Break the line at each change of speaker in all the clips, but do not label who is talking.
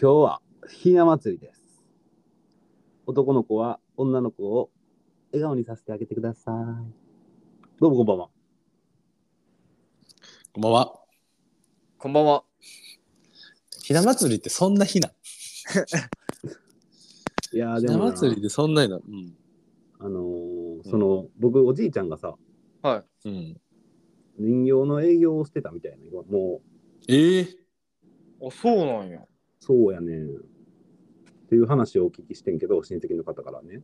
今日はひな祭りです。男の子は女の子を笑顔にさせてあげてください。どうもこんばんは。
こんばんは。
こんばんは。
ひな祭りってそんなひな。
いやー
ひ
で
な
もな、
祭りってそんなひな。うん。
あのーその、僕おじいちゃんがさ、
はい。
うん、
人形の営業をしてたみたいな。今もう、
ええ
あ、そうなんや。
そうやねん。っていう話をお聞きしてんけど、親戚の方からね。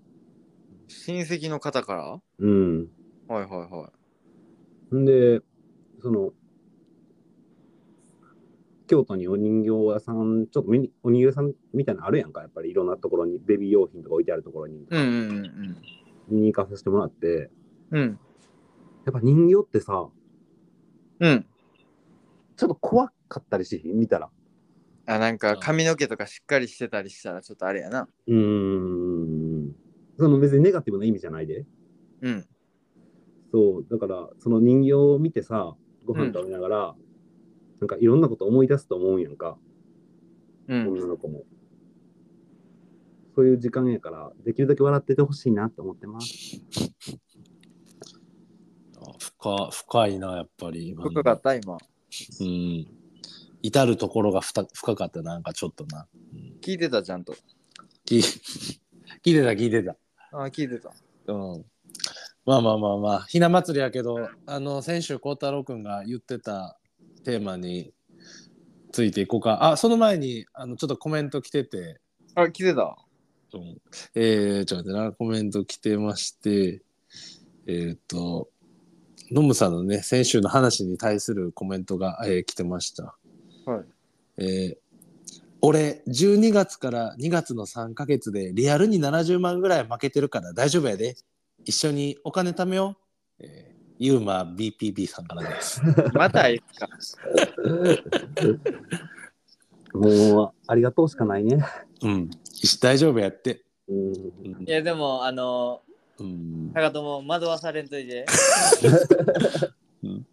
親戚の方から
うん。
はいはいは
んで、その、京都にお人形屋さん、ちょっとミニお人形屋さんみたいなのあるやんか、やっぱりいろんなところに、ベビー用品とか置いてあるところに
い。うんうん
見に行かさせてもらって、
うん。うん。
やっぱ人形ってさ、
うん。
ちょっと怖かったりしひん、見たら。
あ、なんか髪の毛とかしっかりしてたりしたらちょっとあれやな。
うーん。その別にネガティブな意味じゃないで。
うん。
そう、だから、その人形を見てさ、ご飯食べながら、なんかいろんなこと思い出すと思うんやんか、
うん。
女の子も。そういう時間やから、できるだけ笑っててほしいなって思ってます。
あ深深いな、やっぱり。今の
深かった今。
うん。至るところがふた深かった、なんかちょっとな。うん、
聞いてたちゃんと。
聞聞いてた、聞いてた。
あ、聞いてた。
うん。まあまあまあまあ、ひな祭りやけど、あの、先週、孝太郎くんが言ってたテーマについていこうか。あ、その前に、あの、ちょっとコメント来てて。
あ、聞いてた。
うんえー、ちょっと待ってな、コメント来てまして、えーっと、ノムさんのね、先週の話に対するコメントが、えー来てました。
はい。
えー俺、12月から2月の3ヶ月でリアルに70万ぐらい負けてるから大丈夫やで。一緒にお金貯めよう。えーユーマ BPB さんから です。
またいつか。
もう、ありがとうしかないね。
うん。大丈夫やって。
うん、
うん
いやでも、あの、
うん。
高友、惑わされんといて
うん。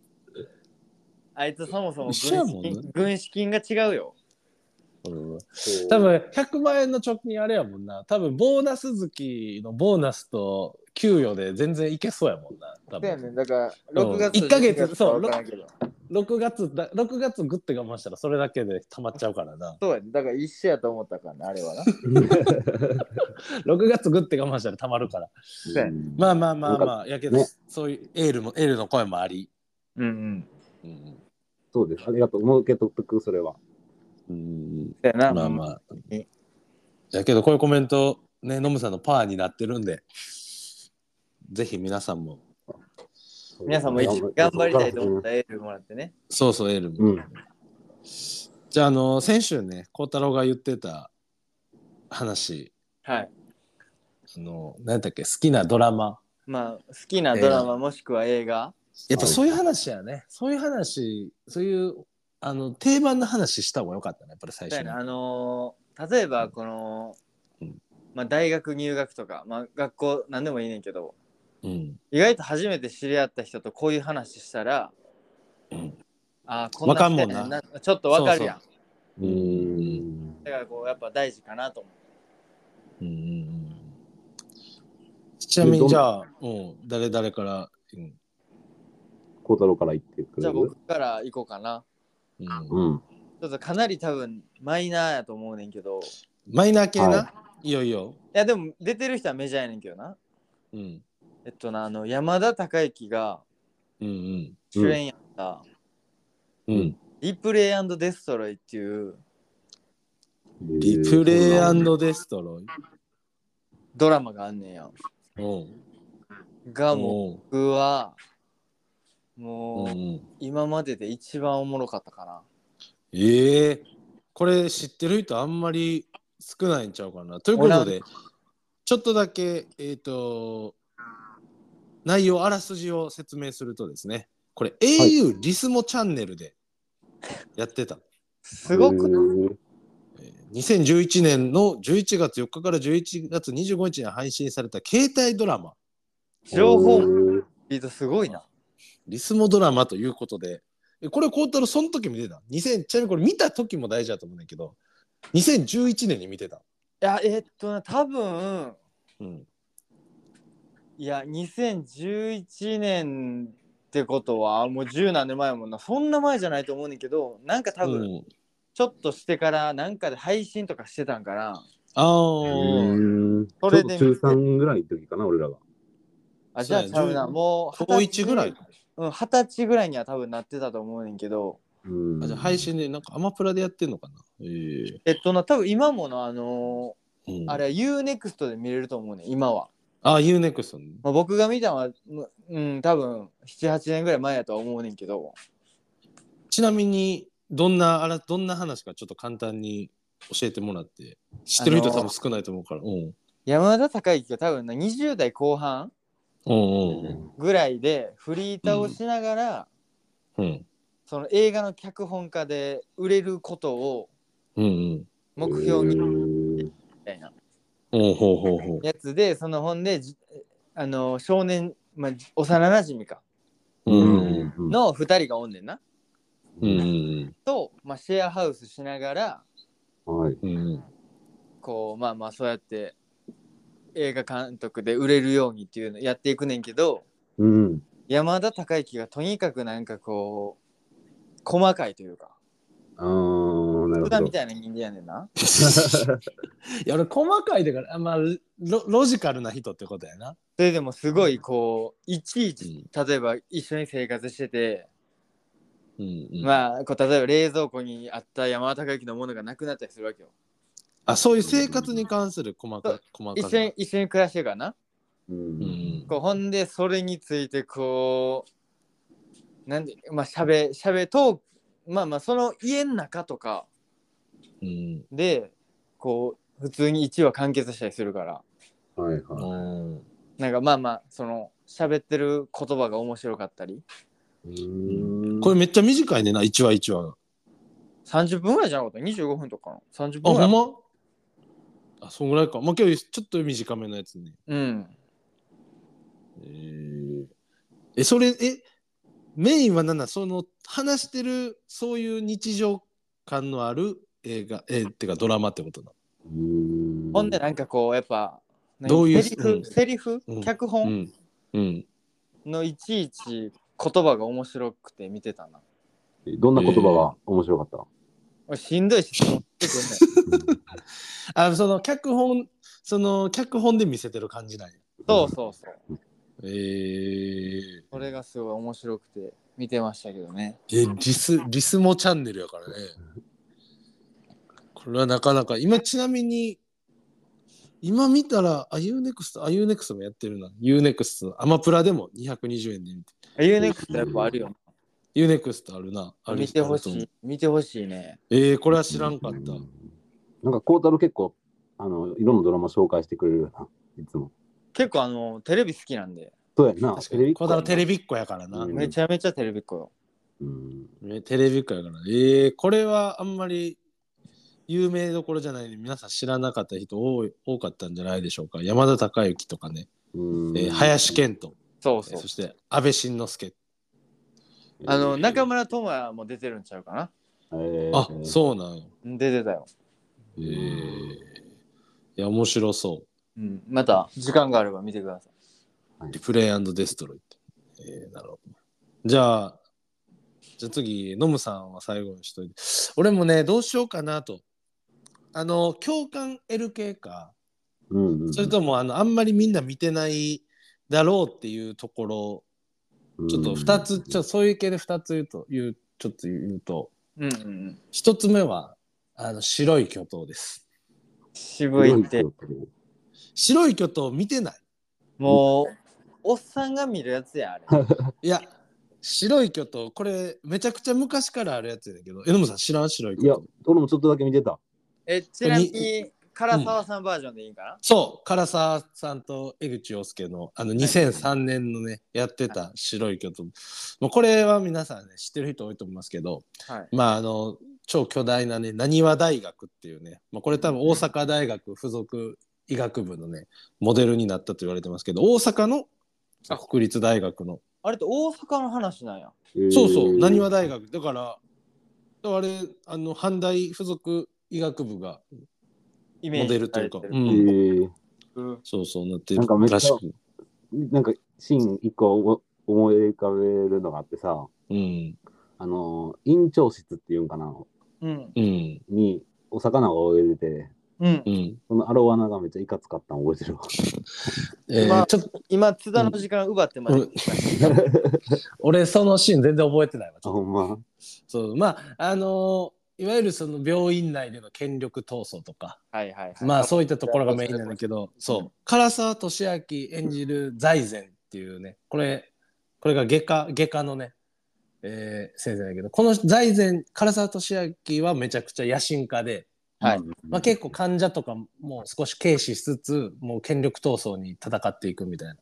あいつそもそも軍
一緒やも
資
んね
金,、軍資金が違うよ。
多分100万円の貯金あれやもんな多分ボーナス月のボーナスと給与で全然いけそうやもんな多
だよ
分
ね、だから
うん
6月
一ヶ月
11
そう
わからんけど
6月だ6月グッて我慢したらそれだけで溜まっちゃうからな
そうやね、だから一緒やと思ったからね、あれはな。
6月グッて我慢したら溜まるからまあまあまあまあやけど
ね
そういうエールのエールの声もあり、
うんうん。
うん
そうです。ありがとう。もう受け取っとく、それは。
うん、
だよな。
まあまあ
うん
やけどこういうコメントねノムさんのパーになってるんでぜひ皆さんも
皆さんも一緒に頑張りたいと思ったらエールもらってね。
そうそうエールも
うん。
じゃあ、あの、先週ね、孝太郎が言ってた話、
はい。
あの、何だっけ、好きなドラマ。
まあ、好きなドラマもしくは映画。
やっぱそういう話やね。そういう話、そういう、あの、定番の話した方が良かったね、やっぱり最
だ
初
よ
に
ね。あのー例えば、この
うん、
まあ、大学入学とか、まあ、学校何でもいいねんけど、
うん。
意外と初めて知り合った人とこういう話したら、
うん
あーこんな
わかんもん
人
な
やねちょっとわかるやん。
うん。うん
だからこう、やっぱ大事かなと思う。
うんうん。ちなみに、じゃあ、うん、誰々から、うん。
孝太郎から言ってくれる
じゃあ僕から行こうかな。
うん
うん。
ちょっとかなり多分マイナーやと思うねんけど、い
マイナー系な、、
はい
よいよ。
やでも出てる人はメジャーやねんけどな。
うん。
えっとな、あの山田孝之が
うんうん。
主演やった、
うん。
リプレイデストロイっていう
リプレイデストロイ。
ドラマがあんねんや。
うん。
がもう
うん
僕は、
うん
もう
うん。
今までで一番おもろかったかな。
ええこれ知ってる人あんまり少ないんちゃうかな。ということで、ちょっとだけ、えっ、と、内容、あらすじを説明するとですね、これ au リスモチャンネルでやってた。
すごくない
く。
えー2011年の11月4日から11月25日に配信された携帯ドラマ、
情報のスピードすごいな。
リスモドラマということで、えこれ、孝太郎、その時見てた。2000ちなみにこれ見た時も大事だと思うんだけど、 2011年に見てた。
や、えっとな、多分
うん。
いや、2011年ってことは、もう十何年前やもんな。そんな前じゃないと思うねんけど、なんか多
う
分、
ん
ちょっとしてから、なんかで配信とかしてたんかな。
あ
う
ー
うん。
そ
ちょ
れ
う
で
ど中3ぐらいの時かな、俺らが。
あ、じゃあ
そう
ち
や
ゃうな。
10
もう、
高一ぐらい。
うん、二十歳ぐらいには多分なってたと思うねんけど、
うん。
あじゃあ配信で、なんかアマプラでやってんのかな。え
えっとな、多分今もの、あの
え
ーあれ、UNEXT で見れると思うねん、今は。
あ、UNEXT ね。
まあ、僕が見たのは、むうん、多分7、8年ぐらい前やとは思うねんけど、
ちなみに、どんなあらどんな話かちょっと簡単に教えてもらって。知ってる人
あのー
多分少ないと思うから。うん。
山田孝之が多分な、20代後半
うんうん
ぐらいで、フリーターをしながら、
うん。うん。
その映画の脚本家で売れることを
うんうん。
目標にみ
に。
たいな
おうほうほうほう。
やつで、その本で、じあのー少年、まあ、幼なじみか、
うん。
うん。
の2人がおんねんな。
うんうん
と、まあ、シェアハウスしながら
はい。
うん。うん
こうまあまあそうやって映画監督で売れるようにっていうのやっていくねんけど
うん。
山田孝之がとにかくなんかこう細かいというか
あー、なるほ
普
ど
段み。たいな人間やねんな。
いや俺細かいだからあまあロロジカルな人ってことやな。
それでもすごいこういちいち
ん
例えば一緒に生活してて、
うんうんあ
まあこう例えば冷蔵庫にあった山田孝之のものがなくなったりするわけよ。
そういう生活に関する細か細か
一
さ
緒に一緒に暮らしてるからな。
う。
うんん
こうほんでそれについてこうなんでまあしゃべしゃべとまあまあその家の中とか
うん
でこう普通に1話完結したりするから
はい
うん
は
なんかまあまあその喋ってる言葉が面白かったり
い。うん
これめっちゃ短いねんな一話一話が。
30分ぐらいじゃなかった25分とかの30
あ
分ぐ
ほ
ら
ん
い
まあそんぐらいか。まあ今日ちょっと短めのやつね。
うん
えーえそれえメインは何だその話してるそういう日常感のある映画えってかドラマってことな。
うん
ほんでなんかこうやっぱ何
どういう
セリ
うん
フセリフ
うん
脚
う
本
んうん。
のいちいち言葉が面白くて見てたな
どんな言葉が面白かった
俺しんどいし 質問してくんねん
あその脚本その脚本で見せてる感じなんや。
そうそうそう
えー、
それがすごい面白くて見てましたけどね。
えリスリスモチャンネルやからね。これはなかなか今ちなみに今見たらあ UNEXT あ UNEXT もやってるな UNEXT アマプラでも220円で見て
UNEXT やっぱあるよ。
UNEXT あるなある
見てほし
ある
い。見てほしいね。
と思うえー、これ は知らんかった、
なんか、孝太郎結構、あの、いろんなドラマ紹介してくれるよな、いつも。
結構あのテレビ好きなんで、
そうやんな。
確かにこだわりテレ
ビ。
ビっ子やからな、
うん
めちゃめちゃテレビっ子よ。
うん。
ねテレビっ子やからえー、これはあんまり有名どころじゃないんで皆さん知らなかった人多い多かったんじゃないでしょうか山田孝之とかね、
うん
えー林健人
そう
え
そ
ー
う
そ。して安倍晋之助、
あの中村智也も出てるんちゃうかな。
えー
あそうなんや
出てたよ。
えー、いや面白そう
うん。また時間があれば見てください。
リプレイデストロイって、えー、なるほどじゃあじゃあ次ノムさんは最後にしといて俺もねどうしようかなとあの共感 LK か
うんうん
それともあのあんまりみんな見てないだろうっていうところちょっと2つ、ちょっとそういう系で2つ言うと言うちょっと言うと
うんうんうん。
1つ目はあの白い巨頭です
渋いって。
白い巨頭見てない
もうおっさんが見るやつや あれ。
いや白い巨頭これめちゃくちゃ昔からあるやつやねんけどえのむさん知らん白い巨
いや
頭、
俺もちょっとだけ見てた。
えちなみに唐沢さんバージョンでいいかな。
そう唐沢さんと江口洋介のあの2003年のね、やってた白い巨頭、もうこれは皆さんね知ってる人多いと思いますけど
はい。
まああの超巨大なねなにわ大学っていうね、まあ、これ多分大阪大学附属医学部のねモデルになったと言われてますけど大阪の国立大学の
あれって大阪の話なんや。
そう
そうそう、なにわ大学。だから、だからあれ、あの、阪大附属医学部が
イメー
モ
ジ
デルというか、
され
う
てる
え
ん、
ー
うん
そうそうなって
なんかめ
る
っちゃ
らしく、
なんかシーン一個思思い浮かべるのがあってさ、
うん
あのー、院長室っていうんかな、
うん
うん
にお魚を泳いでて、
うん
うん、
そのアロワナがめっちゃいかつかったの覚えてるわ。
えー
まあ
ちょっと
今津田の時間奪ってま
う
で
ん 俺そのシーン全然覚えてないわち
あ、
ょっと
ほんま。
そうまああのーいわゆるその病院内での権力闘争とか、
はいはいはい
まあそういったところがメインなんだけど、そう唐沢俊明演じる財前っていうねこれこれが外科外科のね、えー先生だけどこの財前唐沢俊明はめちゃくちゃ野心家で、
はい
うん。
まあ、結構患者とかも少し軽視しつつもう権力闘争に戦っていくみたいな。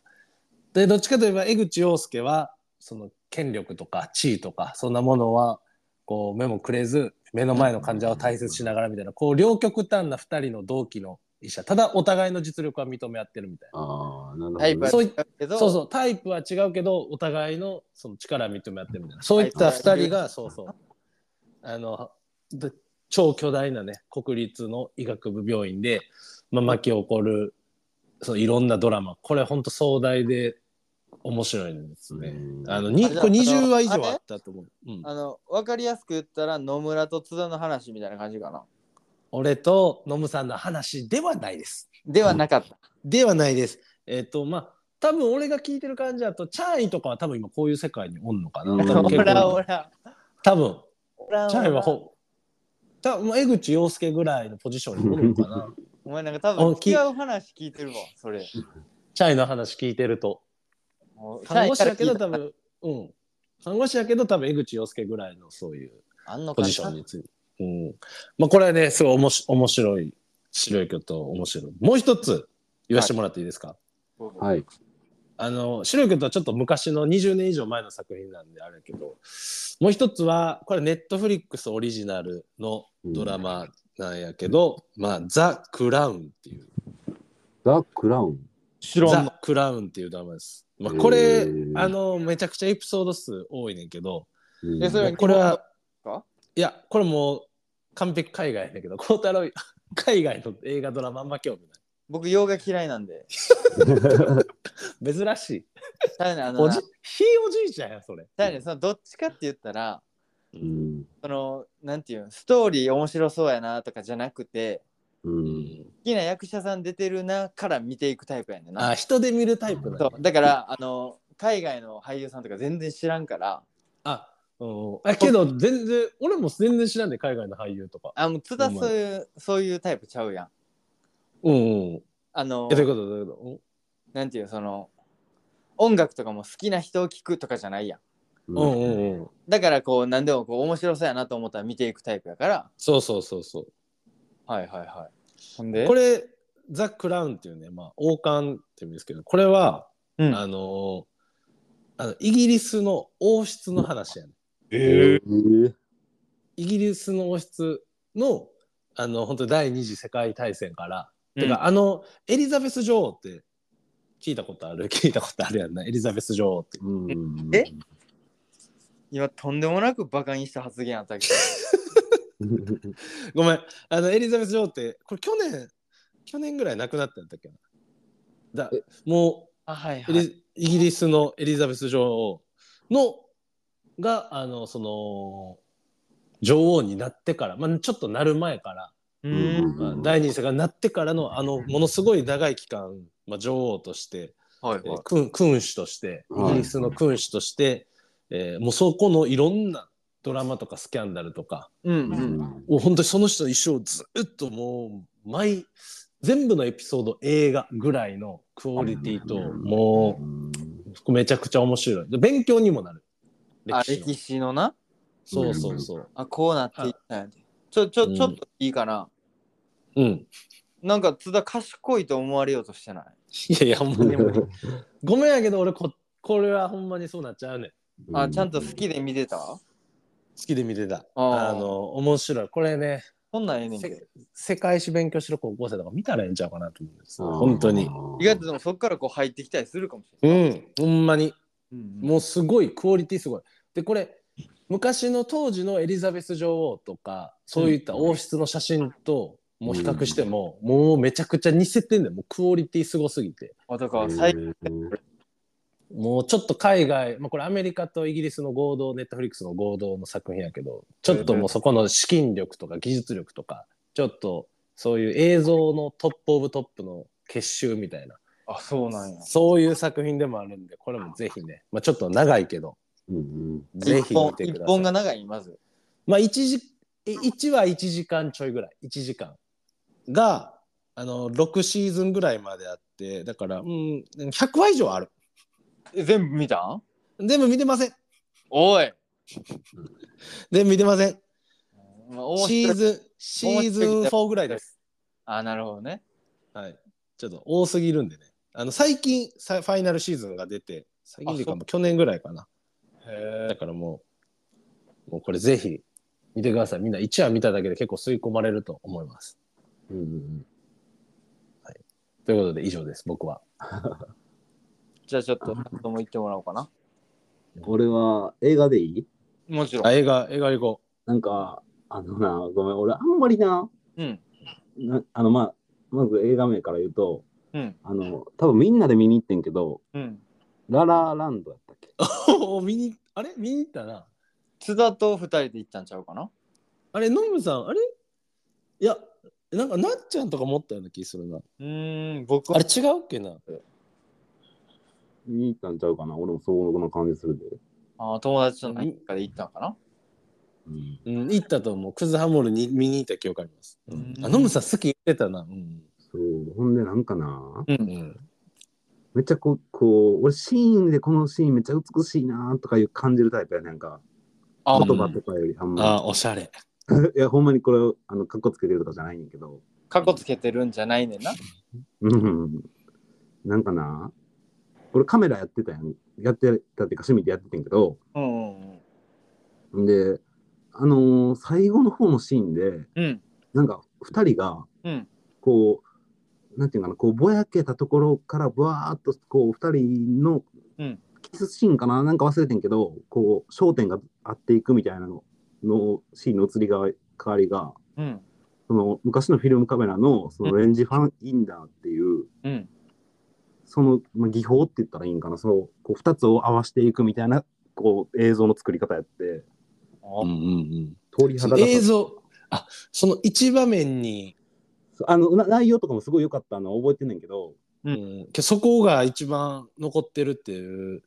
でどっちかといえば江口洋介はその権力とか地位とかそんなものはこう目もくれず目の前の患者を大切にしながらみたいなこう両極端な2人の同期の医者ただお互いの実力は認め合ってるみたい
ああ、なるほど、
タイプは
そう
違
いう
け
な
ど
そうそうタイプは違うけどお互いのその力は認め合ってるみたいなそういった2人がそうそうあので超巨大なね国立の医学部病院で、まあ、巻き起こるそのいろんなドラマこれほんと壮大で面白いんですね
う。ん
あのに
あじゃあ
これ
あの
20話以上
あれ
あったと思う。うん
あの分かりやすく言ったら野村と津田の話みたいな感じかな
俺とノムさんの話ではないです。
ではなかった
ではないです。えっ、とまあ多分俺が聞いてる感じだとチャイとかは多分今こういう世界におんのかな。
うん
多分
ほ
結構
らほら
多分
ほら
チャイはほ多分江口洋介ぐらいのポジションにおるのかな。
お前なんか多分
おき
違う話聞いてるわそれ
チャイの話聞いてると。
もう
看護師だけど
チャイ
多
から聞い
分うん。看護師だけど多分江口洋介ぐらいのそういう
たあんのか
ポ
な
ジションについて。うん。まあこれはねすごいおもし面白い白いけど面白い。もう一つ言わせてもらっていいですか。
はい。
あの白いけどはちょっと昔の20年以上前の作品なんであれやけどもう一つはこれネットフリックスオリジナルのドラマなんやけど、まあ「ザ・クラウン」っていう
ザ・クラウン。
「
知らん
ザ・クラウン」っていうドラマです。まあ、これ
へー
あのめちゃくちゃエピソード数多いねんけど
うん
えそれ
これは
か
いやこれもう完璧海外やねんけど 孝太郎海外の映画ドラマあんま興味ない。
僕洋画嫌いなんで
珍しい。
チャイねあの
お
な
じ
チ
ひいおじいちゃんやそれ。
ャイねそのどっちかって言ったら
うん。
そのなんていうんストーリー面白そうやなとかじゃなくて
う。
うんん、
好きな役者さん出てるなから見ていくタイプやねん
あ
な
人で見るタイプなんや
そうだからあの海外の俳優さんとか全然知らんから
あ、うん、あけど全然俺も全然知らんで、海外の俳優とか。
あもう津田そういうそういうタイプちゃうやん
うんうん。
あの
えどういうことどういうこ
なんていうその音楽とかも好きな人を聞くとかじゃないやん
と？うんうんうん。
だからこう何でもこう面白そうやなと思ったら見ていくタイプやから
そうそうそうそう。
はいはいはいほんで
これザクラウンっていうね、まあ王冠っていうんですけど、これは、
うん
あのーあのイギリスの王室の話やね。
えー
イギリスの王室のあの本当に第二次世界大戦から、
うん
てかあのエリザベス女王って聞いたことある 聞いたことあるやんなエリザベス女王って。
うん
え今とんでもなくバカにした発言あっ たけど
ごめん、あのエリザベス女王って、これ去年、去年ぐらい亡くなったんだっけな。だ
え
も
あはいう
エリ、イギリスのエリザベス女王のが、あの、その、女王になってから、まあ、ちょっとなる前から、
う
うん
ん
まあ第二次世界になってからの、あの、ものすごい長い期間、まあ、女王として、
はい
えー君君主として、イ
はい
ギリスの君主として、えーもうそこのいろんなドラマとかスキャンダルとか、
うんう
うんん
もう本当にその人の一生をずっともう毎全部のエピソード映画ぐらいのクオリティともうめちゃくちゃ面白いで勉強にもなる
あ
歴史の
歴史のな
そうそうそう
あこうなっていったんやでちょちょ
うん
ちょっといいかな、
うん
なんか津田賢いと思われようとしてない
いやいやほんまに無理ごめんやけど俺ここれはほんまにそうなっちゃうねん
あちゃんと好きで見てた
好きで見てた
あー
あの面白いこれね
そんなんええねんけど
せ世界史勉強してる高校生とか見たらええんちゃうかなと思うんです
あー
本当に
意外とでもそっからこう入ってきたりするかもしれ
うんほんまに
ない、うんうん
もうすごいクオリティすごい。でこれ昔の当時のエリザベス女王とかそういった王室の写真ともう比較しても、もうめちゃくちゃ似せてんだよもうクオリティすごすぎて
あだから最近
もうちょっと海外、まあ、これアメリカとイギリスの合同ネットフリックスの合同の作品やけどちょっともうそこの資金力とか技術力とかちょっとそういう映像のトップオブトップの結集みたいな
あそうなんや
そういう作品でもあるんでこれもぜひね、まあ、ちょっと長いけど
うんうん
ぜひ
一本
見てく
一
ださい
本が長いまず
まあ、1時、1は1時間ちょいぐらい、1時間が、あの、6シーズンぐらいまであって、だから、うん、100話以上ある。
え全部見たん
全部見てません。
おい
全部見てません。
まあ面白い
シーズン、シーズン4ぐらいです。
あなるほどね
はい。ちょっと多すぎるんでね。あの、最近、さファイナルシーズンが出て、最近っていうか
あそう
もう去年ぐらいかな。
へ
だからもう、もうこれぜひ見てください。みんな1話見ただけで結構吸い込まれると思います。
うんうん
ということで以上です、僕は。
じゃあちょっと子供行ってもらおうかな
俺は映画でいい
もちろ
あ
ん
映画、映画行こう。
なんか、あのな、ごめん、俺あんまりな、
うん
なあの、まあ、まず映画名から言うと、
うん
あの、多分みんなで見に行ってんけど、
うん
ララランドやったっけ
おお見にあれ見に行ったな
津田と二人で行ったんちゃうかな
あれノムさんあれいやなんかなっちゃんとか持ったような気するな
うーん僕
あ
は
れ違うっけな
見に行ったんちゃうかな俺もそうな感じするで。
あー友達と何かで行ったんかな
うん、
うん行ったと思うクズハモールに見に行った記憶あります、うん
うん
あノムさん好き言ってたなうん、
そう、ほんでなんかな、
う
うんん、
めっちゃこう、こう、俺シーンでこのシーンめっちゃ美しいなとかいう感じるタイプやねんか。
あ
言
言
葉とかよりあんま
あーおしゃれ
り。いや、ほんまにこれ、あの、かっこつけてるとかじゃないねんけど。
かっこつけてるんじゃないねんな
うん。なんかな、俺カメラやってたやん。やってたっていうか趣味でやっててんけど、
うんうん
んで、あのー最後の方のシーンで、
うん
なんか2人が、
うん
こう、なんていうかな、こう、ぼやけたところから、ぶわーっと、こう、2人の
うん
キスシーンかな、なんか忘れてんけど、こう、焦点が合っていくみたいなの、のシーンの移り変わりが、
うん
その昔のフィルムカメラの、そのレンジファインダーっていう、
うん
その、まあ、技法って言ったらいいんかな、その、こう、2つを合わせていくみたいな、こう、映像の作り方やって、
あ
うんうん
鳥
う
肌が
ん
立つ
映像あその一場面に、
あのな内容とかもすごい良かったのは覚えてんねんけど、
う、
うん
けそこが一番残ってるっていう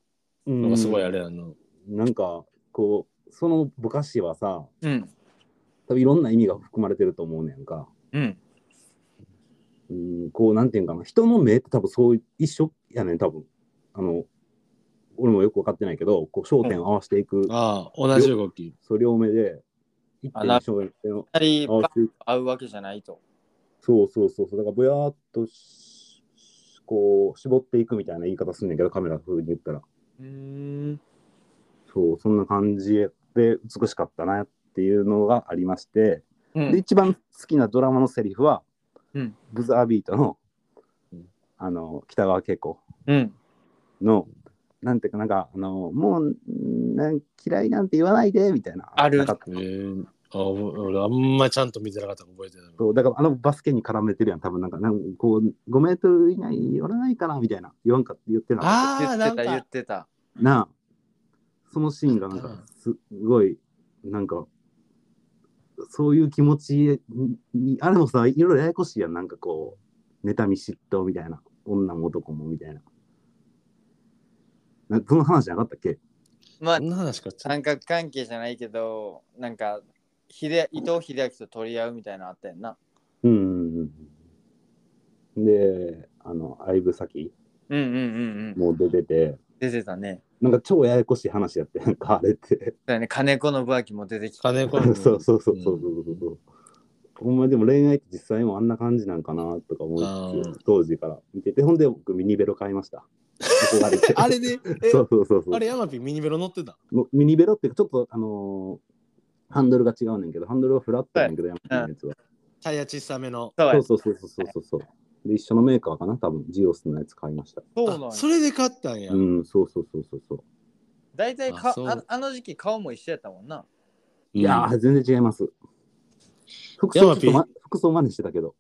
う
の
ん
がすごいあれやな、
なんかこうそのぼかしはさ
うん
多分いろんな意味が含まれてると思うねんか、
うん
うん、こうなんていうんかな人の目って多分そういう一緒やねん多分あの俺もよく分かってないけどこう焦点を合わせていく、
ああ同じ動き
そう両目で一
あ
点に
な
焦点を
二
合
人
わせていく
会うわけじゃないと
そうそうそうそうだからぼやーっとしこう絞っていくみたいな言い方すんねんけどカメラ風に言ったら。
うん
そう、そんな感じで美しかったなっていうのがありまして、
う
で、
ん
一番好きなドラマのセリフは、
うん
ブザービートの
うん、
あの、北川景子
うん
の、なんていうかなんか、あの、もう、なん嫌いなんて言わないで、みたいな。
ある
なかった
えー、あ俺あんまちゃんと見てなかったから覚えてない。
そうだからあのバスケに絡めてるやん、多分なんか、なんかこう、5メートル以内に寄らないからみたいな、言わんかって言ってなかっ
ああ、
言
な
っ
ん
てた
か
言っ。てた
たなあ、そのシーンがなん
言った
か
な、
すごい、なんか、そういう気持ちに、あれもさ、いろいろややこしいやん、なんかこう、妬み嫉妬みたいな、女も男もみたいな。なその話なかったっけ
まあ
そんな話か。
三角関係じゃないけどなんか秀伊藤英明と取り合うみたいなのあったやんな
うんうんうん。で、あの、相武咲
うんうんうんうん
も出てて、
出てたね
なんか超ややこしい話やって、なんかあれって。
だよね金子のバーキも出てきた
金子
そう そうそうそうそうそうそう。ほんまでも恋愛って実際もあんな感じなんかなとか思いつ
あー
つ、当時から見てて、ほんで僕ミニベロ買い ました。憧れて
あれで、え
そうそうそうそう
あれ、ヤマピーミニベロ乗ってた。
もうミニベロっていうかちょっとあのーハンドルが違うねんけど、ハンドルはフラットやねんけど、山口のやつは。
タイヤ小さめの。
そうや
そうそうそうそうそうそう。で、一緒のメーカーかな、多分ジオスのやつ買いました。
そうなん
あ
や
それで買ったんや。
うん、そうそうそうそうそう。
大体か
あそう
ああの時期顔も一緒やったもんな。
いやー、全然違います。服
ヤ
装
マ
ち
ピ
ょ
ー
っと、ま、服装真似してたけど。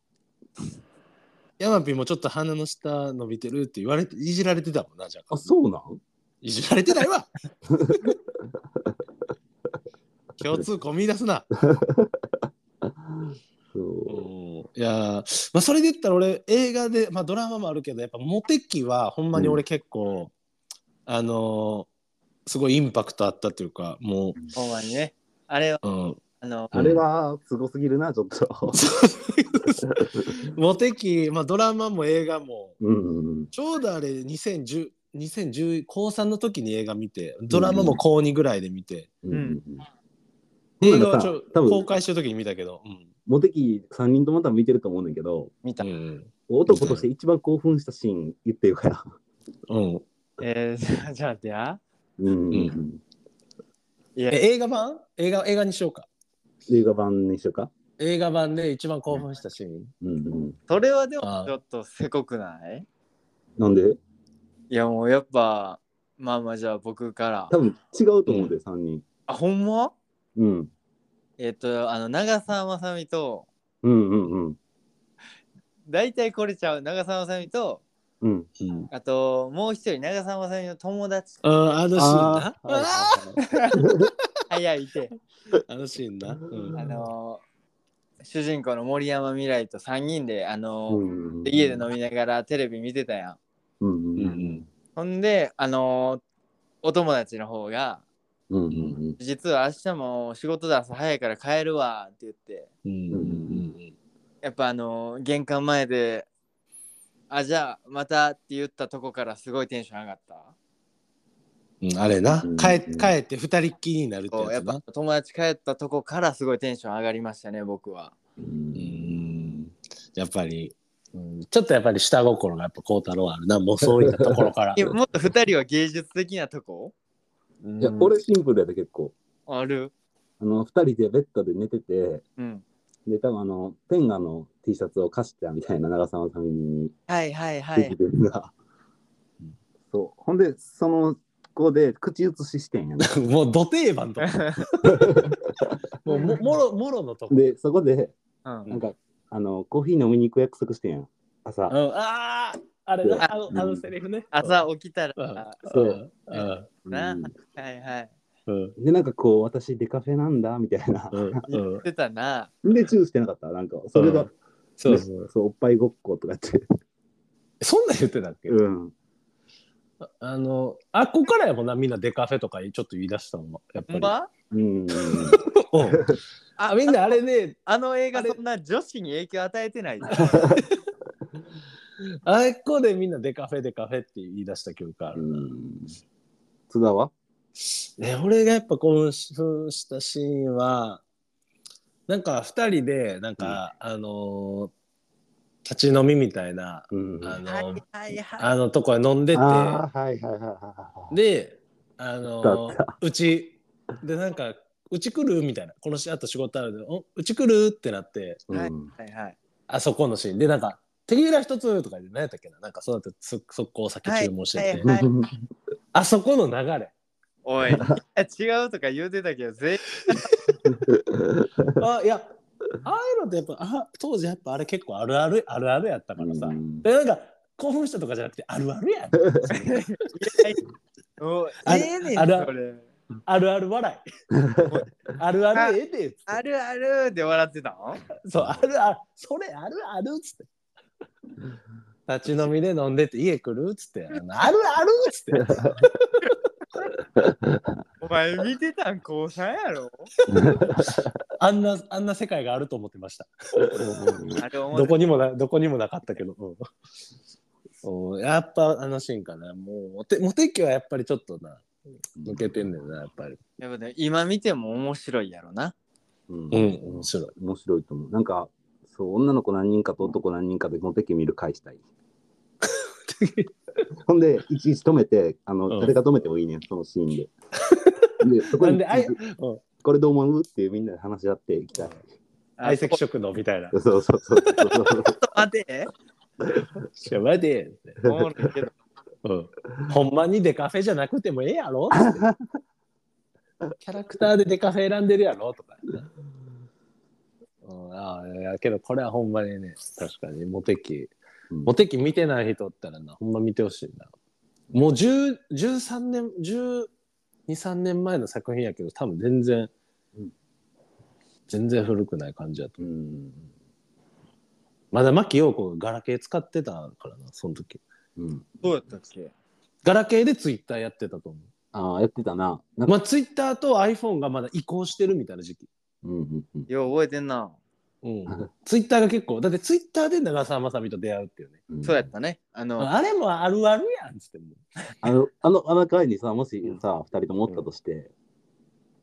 ヤマピーもちょっと鼻の下伸びてるって言われて、いじられてたもんな、じゃ
あ、そうなん
いじられてない わ共通込み出すな。
そう
いやーまあ、それで言ったら俺映画で、まあ、ドラマもあるけどやっぱモテ期はほんまに俺結構、あのーすごいインパクトあったというかも
ほんまにね。あれは、
う、うん、
あの、
あれはすごすぎるな、ちょっと。
モテ期、まあ、ドラマも映画も
うん。
ちょうどあれ2010 2010高3の時に映画見てドラマも高2ぐらいで見て、
うんうん。
映画はちょ
多分
公開してる時に見たけど、うん
モテ期3人とも多分見てると思うねんだけど、
見た。
うん
男として一番興奮したシーン言ってるから。
うん、
えー、 じゃあ待ってや。
うんうんう。
うん
いや
え、映画版映画映画にしようか
映画版にしようか。
映画版で一番興奮したシーン、
うんうん。
それはでも
あー
ちょっとせこくない
なんで
いやもうやっぱ、まあまあじゃあ僕から
多。分違うと思うで、3人。
あ、ほんま
うん。
えっ、と、あの、長澤まさみと、
うんうんうん。
大体これちゃう。長澤まさみと、
うん。
うん、
あと、もう一人、長澤まさみの友達、
あのシーンな
あーはいは
あ
いはい
早いて、
ーあのシーンな、うん
あのー主人公の森山未来と3人で、あのー
うんうん
家で飲みながらテレビ見てたやん。
うんうん
う
うん
ん
ほんで、あのーお友達の方が、
うんうん
実は明日も仕事だ朝早いから帰るわって言って、
うんうんうん
やっぱあのー玄関前で、あ、じゃあまたって言ったとこからすごいテンション上がった。
うんあれな
うん
帰帰って二人っきりになるって
そうや
や
っ
つ
ぱ
な
友達帰ったとこからすごいテンション上がりましたね、僕は。
うん
うんやっぱり、うん、ちょっとやっぱり下心がやっぱ孝太郎あるなもうそういったところから
いやもっと2人は芸術的なとこ
うん
いや、俺シンプルやで結構。
ある
あの、2人でベッドで寝てて、
うん。
で、多分あの、ペンガの T シャツを貸してたみたいな長澤まさみに
はいはいは
出て
い。
るのが。
うん
そう。ほんで、その子で口移ししてんやな。
もうど定番とかもうももろもろのとこ、
で、そこで、
うん
なんか、あの、コーヒー飲みに行く約束してんやん。朝。
うん、あああれなあの
うん
あのセリフね
朝起きたら、
そう
うん
な、
うん
はいはい。
うん
で、なんかこう、私デカフェなんだ、みたいな。
うん
言ってたな。
で、チューしてなかったなんか、それが、
うんそう
ね
そう。
そう、おっぱいごっことかって。
そんなん言ってたっけ、
うん。
あの、あっこからやもんな、みんなデカフェとかちょっと言い出したのも、やっぱ
ほん
り。
ま
うん。
うんあ、みんなあれね、
あの映
あ
画
れ
そんな女子に影響与えてない。
あっこでみんなデカフェデカフェって言い出した記憶あ
う
る。
ん津田は
ね、俺がやっぱ興奮したシーンは、なんか二人で、なんか、あのー立ち飲みみたいな、
うん
あの
はい
ー
はいはい。
あのとこで飲んでて、
あーはいはいはいはい。
で、あの
だっ
うちでなんか「うち来る?」みたいな「このしあと仕事あるでおうち来る?」ってなって
はい、
はいはい。
あそこのシーンでなんか「テキーラ一つ」とかで何やったっけななんかそうやってそ速攻先注文してて、
はいはい
あそこの流れ
おい、いや違うとか言うてたけど、ぜ
あいやああいうのってやっぱあ当時やっぱあれ結構あるあるあるあるやったからさ、
うん
でなんか興奮したとかじゃなくてあるあるやん
もう
あ
え
る
えねん、
ある
それ。
あるある笑い あるあるええでっつって
あるあるで笑ってたの
そう、あるある、それあるあるっつって。立ち飲みで飲んでて家来るっつって、あのあるあるっつって。
お前見てたん高3やろ
あんな、あんな世界があると思ってました。
あれ思
ど
って
こにもな、どこにもなかったけど。うんそうやっぱあのシーンかな。もう、モテ、モテ期はやっぱりちょっとな、抜けてんねんな、やっぱり。
やっぱね今見ても面白いやろな。
うん
うん、面白い。
面白いと思う。なんか、そう、女の子何人かと男何人かでモテ期見る会 したい。ほんで、いちいち止めて、あの、
うん
誰が止めてもいいねん、そのシーンで。で、そこ
なん
に
で、あい、
これどう思うっていうみんなで話し合っていきたい。
相席
ちょ
食堂みたいな
そ。うそうそうそう。
っと待て。
しかも待て。
おもろいけど
うん、ほんまにデカフェじゃなくてもええやろってキャラクターでデカフェ選んでるやろとかやな、うん、ああいやけどこれはほんまにね確かにモテ期
うん
モテ期見てない人おったらなほんま見てほしいなもう10 13年123年前の作品やけど多分全然、
うん
全然古くない感じやと
うん。
まだ牧陽子がガラケー使ってたからなその時
うん。
どうやったっけ
ガラケーでツイッターやってたと思う
ああ、やってたな。なんか、
まあ、ツイッターと iPhone がまだ移行してるみたいな時期。
うんうんうん。
よう覚えてんな。
うん、ツイッターが結構、だってツイッターで長澤まさみと出会うっていうね。
うん
そうやったね。あの、
あれもあるあるやんっつっても。
あの、あの、あの回にさ、もしさ、二人ともおったとして、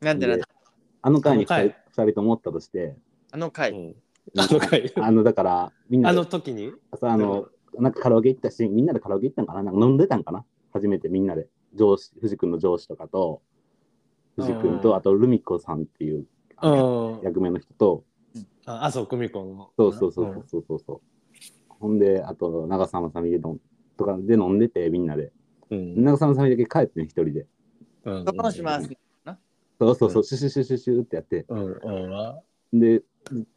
なんてな
であの回に
あ
二
の
人二人ともおったとして、
あの回。
うんあの回、
あの、だから、みんな
あ
で
の時に
さ、あの、なんかカラオケ行ったし、みんなでカラオケ行ったんかななんか飲んでたんかな初めてみんなで。上司、藤君の上司とかと、藤君
うん
と、あと、ルミ子さんっていう
う
あの
ん。
役目の人と、
あ麻生久美子の。
そうそうそうそうそうそう。ほんで、あと、長澤まさみでのとかで飲んでて、みんなで。
うん。
長澤まさみだけ帰ってね、一人で。
うん。うん。
どこのします。
そうそうそう、シュシュシュシュシュってやって。
うん。うん。あ
で、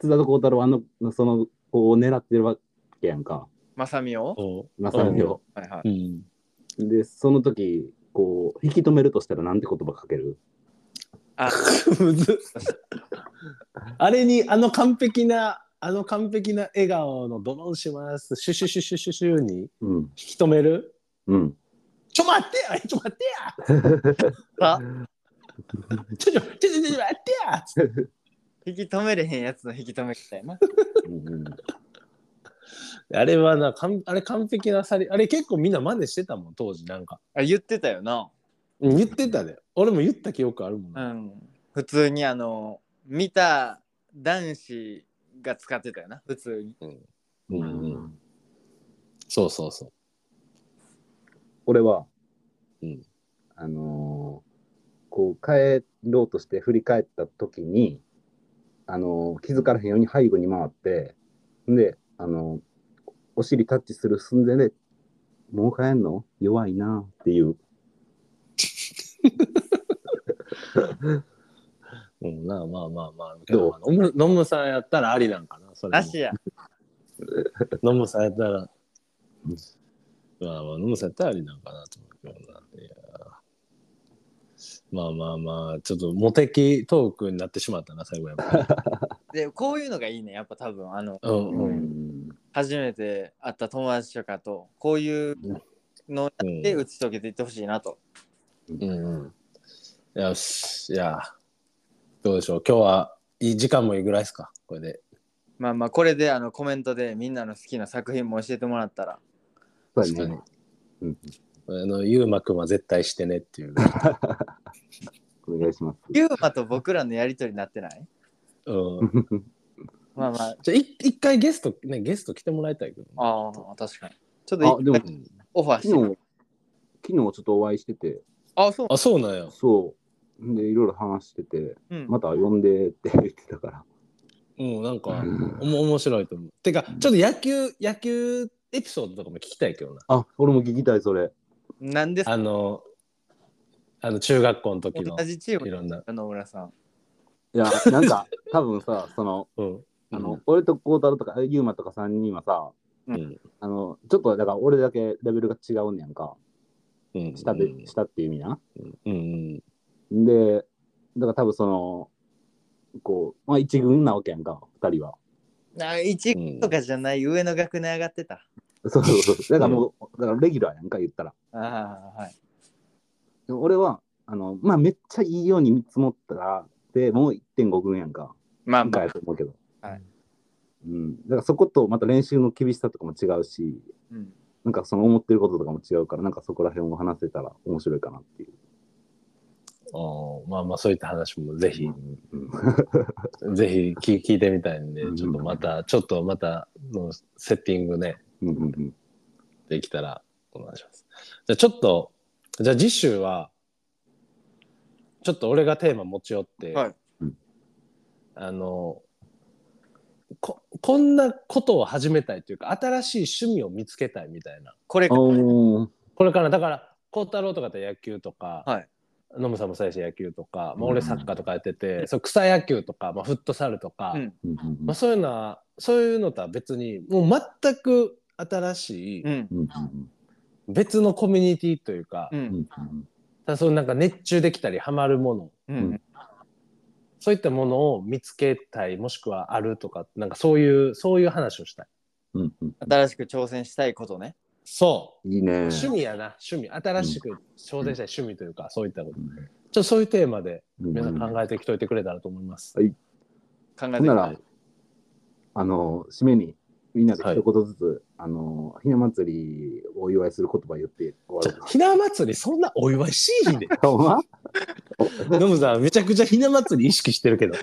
津田と孝太郎はあの、その子を狙ってるわけやんか、
まさみを。
そ
まさみを。
はいは
う。うん。
で、その時、こう、引き止めるとしたらなんて言葉かける
あ、
むずっあれにあの完璧なあの完璧な笑顔のドロンしますシュシュシュシュシュシュに引
うん。
き止める
うん。
ちょ待ってやちょ待ってや
あ
ちょちょちょちょちょ待ってやつって
引き止めれへんやつの引き止め方やな。
うんうん
あれはなかんあれ完璧なさりあれ結構みんな真似してたもん当時なんか
あ、言ってたよな。
うん言ってたで俺も言った記憶あるもん
う
な、
ん。普通にあの、見た男子が使ってたよな。普通に。
うんそうそうそう
俺は、
うん
あのーこう帰ろうとして振り返った時に、あのー気づかれへんように背後に回ってで、あのーお尻タッチする寸前で「もう帰んの弱いな」っていう
うんなまあまあまあ
どう
ノムノムさんやったらありなんかなそれ
な
も
しや。
ノムさんやったら、
うん
まあまあ、ノムさんやったらありなんかなと思うけどな。いやまあまあまあ、ちょっとモテキトークになってしまったな、最後や っぱり。
で、こういうのがいいね。やっぱ多分、あの、
うんうん
初めて会った友達とかと、こういうので
う
打ち解けていってほしいなと。
うんうん。よし、いや、どうでしょう。今日はいい時間もいいぐらいですか、これで。
まあまあ、これであのコメントでみんなの好きな作品も教えてもらったら。
そう
確か
や
に
ね。うん
あの、ゆうまくんは絶対してねっていう。
お願いします。
ユーマと僕らのやりとりになってない
うん。
まあまあ、
じゃあ、い一回ゲスト、ね、ゲスト来てもらいたいけどね、
ああ、確かに。ちょっ
あ
と
でも
一回オファーして
昨
み
日
る。
昨日ちょっとお会いしてて
あ、そう。
あ、そうなんや。
そうでいろいろ話してて
うん。
また呼んでって言ってたから。
うん、なんか
う、ん
おも面白いと思う。てか、ちょっと野球、野球エピソードとかも聞きたいけどな。
あ俺も聞きたいそれ。
なんですか
あの、あの中学校の時の
同じチー
い
ム
ろんな。
野村さん。
い や、なんか、多分さ、その、
うん。
あの、俺と孝太郎とか、ユーマとか3人はさ、
うん、
あの、ちょっと、だから俺だけレベルが違うんやんか。
うん。
下で、下っていう意味な。
うん。うん。
で、だから多分その、こう、まあ一軍なわけやんか、2人は。
あ、一軍とかじゃない、上の学年上がってた。
そうそうそう。 だからもう、だからレギュラーやんか、言ったら。
ああ、はい。
でも俺は、あの、まあめっちゃいいように見積もったら、で、もう1.5軍やんか。
まあ
以
ま
下や
あ、
と思うけど。
はい。
うん。だからそこと、また練習の厳しさとかも違うし、
うん、
なんかその思ってることとかも違うから、なんかそこら辺を話せたら面白いかなっていう。
あーまあまあ、そういった話もぜひ、
うん
ぜひ聞聞いてみたいんで、
うん
ちょっとまた、ちょっとまた、のセッティングね、
うんうんうん
できたらお願いします。じゃあちょっと、じゃあ次週は、ちょっと俺がテーマ持ち寄って、
はい
うん
あのこ、こんなことを始めたいというか、新しい趣味を見つけたいみたいな、
これ
おー
これからだから孝太郎とかって野球とか、
はい
ノムさんも最初野球とか、
うん
まあ、俺サッカーとかやってて、そう草野球とか、まあ、フットサルとか、
うん
うんうん
まあ、そういうのはそういうのとは別にもう全く新しい、
うん
うんうん
別のコミュニティというか,、
う
うん
ん
うん
ただそのなんか熱中できたりハマるもの
うん
そういったものを見つけたいもしくはあるとかなんかそういうそういう話をしたい
うんうん
新しく挑戦したいことね
そう
いいね。
趣味やな趣味新しく挑戦したい趣味というか、そういったこと
う
ちょ
ん
っとそういうテーマで
うん
皆さん考えてきといてくれたらと思います、
考えて
ほ
き
んな
た
ら、あの、締めに、みんなで一言ずつ、あの、ひな祭りをお祝いする言葉言って終
じ
わ
ゃ あひな祭りそんなお祝いしいひんで
ろう。ほんま
ノムさんめちゃくちゃひな祭り意識して るけど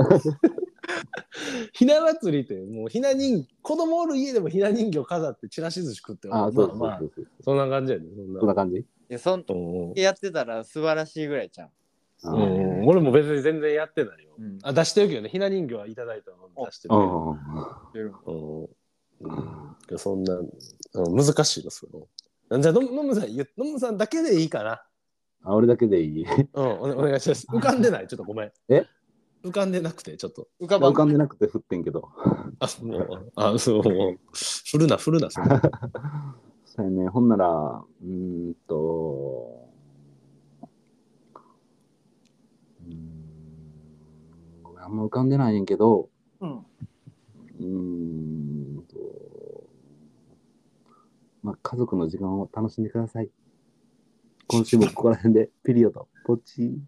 ひな祭りってもうひな人子供おる家でもひな人形飾ってちらし寿司食って
あ、そうそう
まあまあ
そうそう。
そんな感じやねそんな
そんな感じ
いやそんだ
うん
けやってたら素晴らしいぐらいじゃん、
う
うん
ん
うん俺も別に全然やってないよ
うん
あ出してるけどねひな人形はいただいたの出してる
う
けど
んうん
うんうん、そんな、うん難しいですよ。じゃあ、ののむさん、ゆのむさんだけでいいかな。
あ、俺だけでいい。
うん、おお願いします。浮かんでない、ちょっとごめん。
え
浮かんでなくて、ちょっと。
浮かば
浮
ん
かんでなくて降ってんけど。
あ、もう、あ、そう、もう、振るな、振るな、そんな
そうやね、ほんなら、うーんと、うーん、ごめんあんま浮かんでないねんけど、
うん
うーんと、まあ、家族の時間を楽しんでください。今週もここら辺で、ピリオド、ポチ。